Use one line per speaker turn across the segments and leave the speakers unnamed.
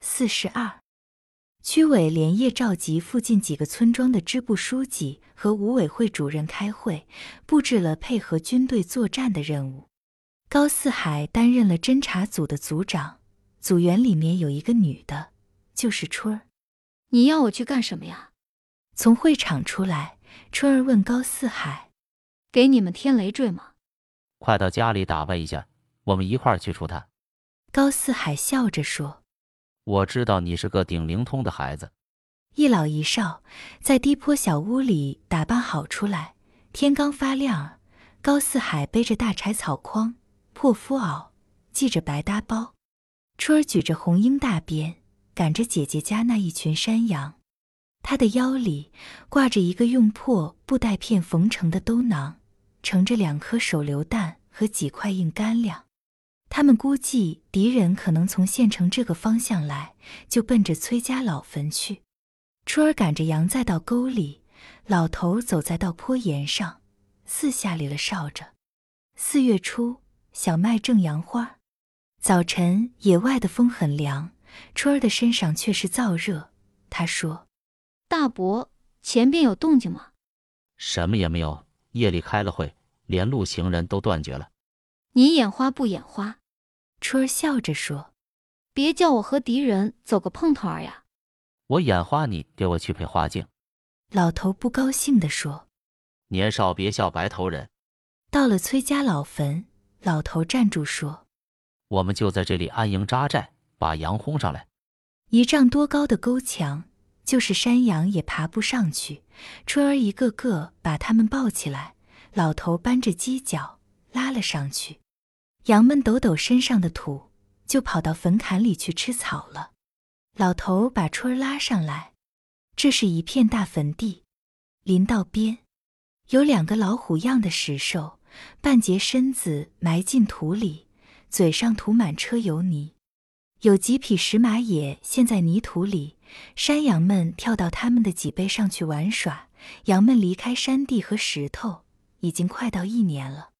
四十二，区委连夜召集附近几个村庄的支部书记和五委会主任开会，布置了配合军队作战的任务。高四海担任了侦察组的组长，组员里面有一个女的，就是春儿。
你要我去干什么呀？
从会场出来，春儿问高四海
给你们添累赘吗？
快到家里打扮一下，我们一块儿去除他。：“
高四海笑着说。”
我知道你是个顶灵通的孩子，
一老一少在低坡小屋里打扮好出来，天刚发亮儿，高四海背着大柴草筐、破夫袄，系着白搭包，春儿举着红缨大鞭，赶着姐姐家那一群山羊。他的腰里挂着一个用破布带片缝成的兜囊，盛着两颗手榴弹和几块硬干粮。他们估计敌人可能从县城这个方向来，就奔着崔家老坟去。春儿赶着羊再到沟里，老头儿走在到坡沿上，四下里了哨着。四月初，小麦正扬花儿。早晨，野外的风很凉，春儿的身上却是燥热。他说
大伯，前边有动静吗？
什么也没有。夜里开了会，连路行人都断绝了。
你眼花不眼花？：“
春儿笑着说，
别叫我和敌人走个碰头儿呀！
我眼花你，给我去配花镜。
老头儿不高兴地说。”
年少别笑白头人，
到了崔家老坟，老头儿站住说：“
我们就在这里安营扎寨，把羊轰上来。
一丈多高的沟墙，就是山羊也爬不上去。春儿一个个把它们抱起来，老头扳着犄角拉了上去。羊们抖抖身上的土，就跑到坟坎里去吃草了。老头把春儿拉上来，这是一片大坟地，林道边有两个老虎样的石兽，半截身子埋进土里，嘴上涂满车油泥。有几匹石马也陷在泥土里，山羊们跳到它们的脊背上去玩耍。羊们离开山地和石头，已经快到一年了。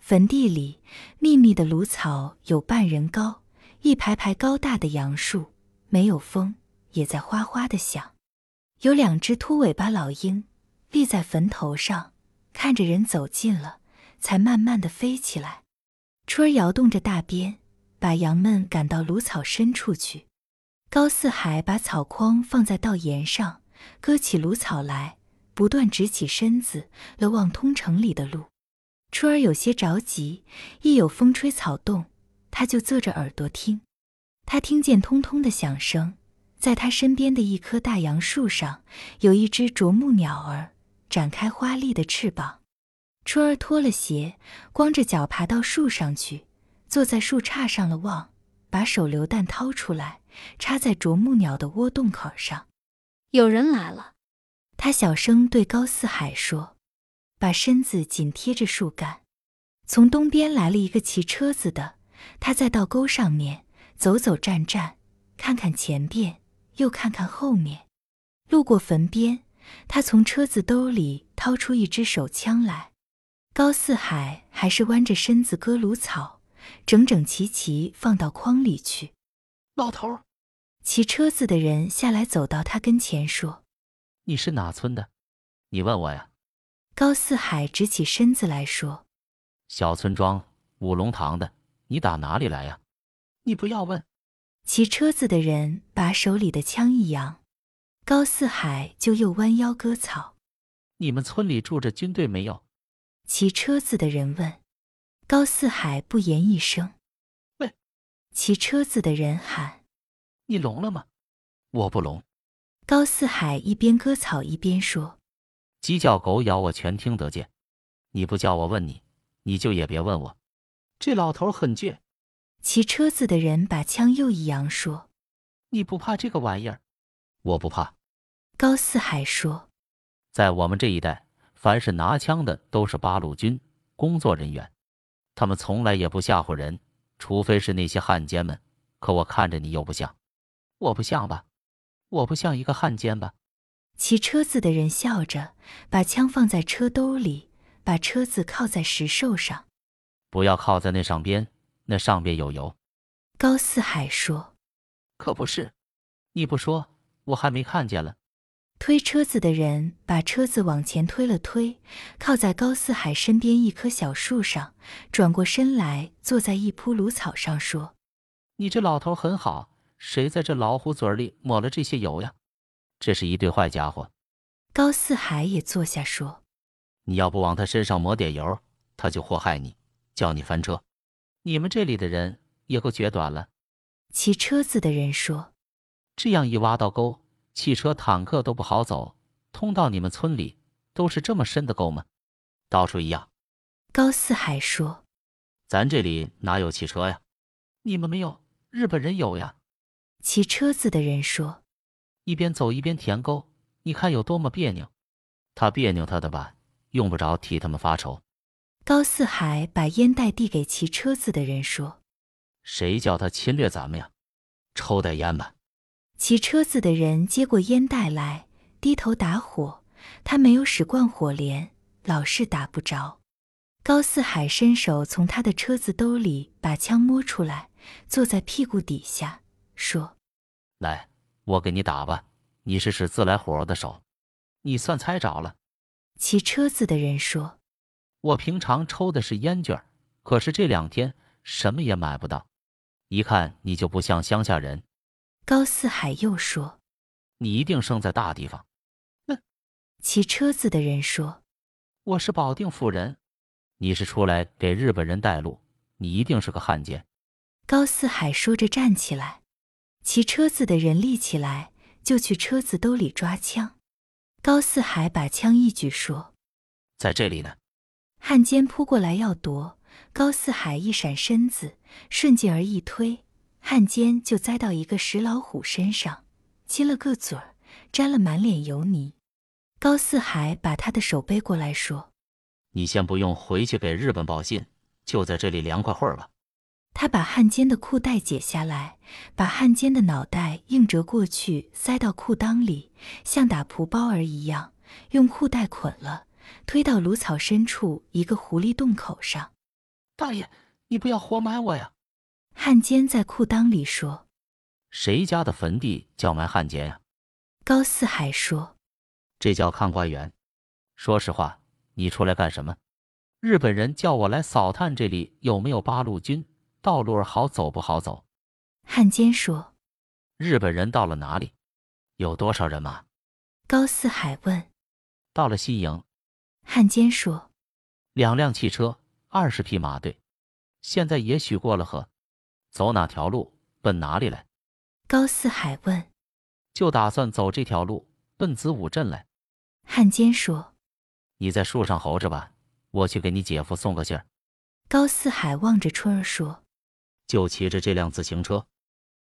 坟地里密密的芦草有半人高，一排排高大的杨树，没有风，也在哗哗的响。有两只秃尾巴老鹰立在坟头上，看着人走近了，才慢慢的飞起来。春儿摇动着大鞭，把羊们赶到芦草深处去。高四海把草筐放在道沿上，割起芦草来，不断直起身子，了望通城里的路。春儿有些着急，一有风吹草动，他就侧着耳朵听。他听见通通的响声，在他身边的一棵大杨树上，有一只啄木鸟儿展开花丽的翅膀。春儿脱了鞋，光着脚爬到树上去，坐在树杈上了望，把手榴弹掏出来，插在啄木鸟的窝洞口上。
有人来了，
他小声对高四海说，把身子紧贴着树干。从东边来了一个骑车子的，他在道沟上面走走站站，看看前边，又看看后面。路过坟边，他从车子兜里掏出一支手枪来。高四海还是弯着身子割芦草，整整齐齐放到筐里去。
老头，
骑车子的人下来，走到他跟前说：“
你是哪村的？你问我呀。
高四海直起身子来说
小村庄五龙堂的，你打哪里来呀？你不要问。：“
骑车子的人把手里的枪一扬。”高四海就又弯腰割草。
你们村里住着军队没有？
骑车子的人问：“高四海不言一声。”
喂！
骑车子的人喊。
你聋了吗？我不聋，
高四海一边割草一边说
鸡叫狗咬我全听得见。你不叫我问你，你就也别问我。这老头很倔，：“
骑车子的人把枪又一扬。”说
你不怕这个玩意儿？我不怕，：“
高四海说，
在我们这一代，凡是拿枪的都是八路军工作人员，他们从来也不吓唬人，除非是那些汉奸们。可我看着你又不像，我不像吧？我不像一个汉奸吧？
骑车子的人笑着把枪放在车兜里，把车子靠在石兽上。
不要靠在那上边，那上边有油。
高四海说。
可不是，你不说，我还没看见了。
推车子的人把车子往前推了推，靠在高四海身边一棵小树上，转过身来坐在一铺芦草上说
你这老头很好，谁在这老虎嘴里抹了这些油呀？这是一对坏家伙，：“
高四海也坐下说，
你要不往他身上抹点油，他就祸害你，叫你翻车。你们这里的人也够决短了，
骑车子的人说，
这样一挖到沟，汽车、坦克都不好走。通到你们村里都是这么深的沟吗？到处一样。
高四海说，
咱这里哪有汽车呀？你们没有，日本人有呀。
骑车子的人说，
一边走一边舔沟，你看有多么别扭。他别扭他的吧，用不着替他们发愁。
高四海把烟袋递给骑车子的人说，
谁叫他侵略咱们呀？抽袋烟吧。
骑车子的人接过烟袋来，低头打火。他没有使惯火镰，老是打不着。高四海伸手从他的车子兜里把枪摸出来，坐在屁股底下，说
来，我给你打吧。你是使自来火的手，你算猜着了。：“
骑车子的人说，
我平常抽的是烟卷儿，可是这两天什么也买不到。一看你就不像乡下人，
高四海又说，
你一定生在大地方。
骑车子的人说，
我是保定府人，你是出来给日本人带路，你一定是个汉奸。
高四海说着站起来，骑车子的人立起来，就去车子兜里抓枪。高四海把枪一举说。”
在这里呢，
汉奸扑过来要夺，高四海一闪身子，顺劲儿一推，汉奸就栽到一个石老虎身上，亲了个嘴儿，沾了满脸油泥。高四海把他的手背过来说，
你先不用回去给日本报信，就在这里凉快会儿吧。
他把汉奸的裤带解下来，把汉奸的脑袋硬折过去，塞到裤裆里，像打蒲包儿一样，用裤带捆了，推到芦草深处一个狐狸洞口上。
大爷，你不要活埋我呀！
汉奸在裤裆里说。
谁家的坟地叫埋汉奸呀、
高四海说
这叫看官员。说实话，你出来干什么？日本人叫我来扫探这里有没有八路军，道路儿好走不好走？：“
汉奸说。
日本人到了哪里？有多少人马？”
高四海问
到了西营，
汉奸说
两辆汽车，二十匹马队。现在也许过了河，走哪条路奔哪里来，：“
高四海问
就打算走这条路奔子午镇来。
汉奸说。
你在树上候着吧，我去给你姐夫送个信儿。”
高四海望着春儿说
就骑着这辆自行车，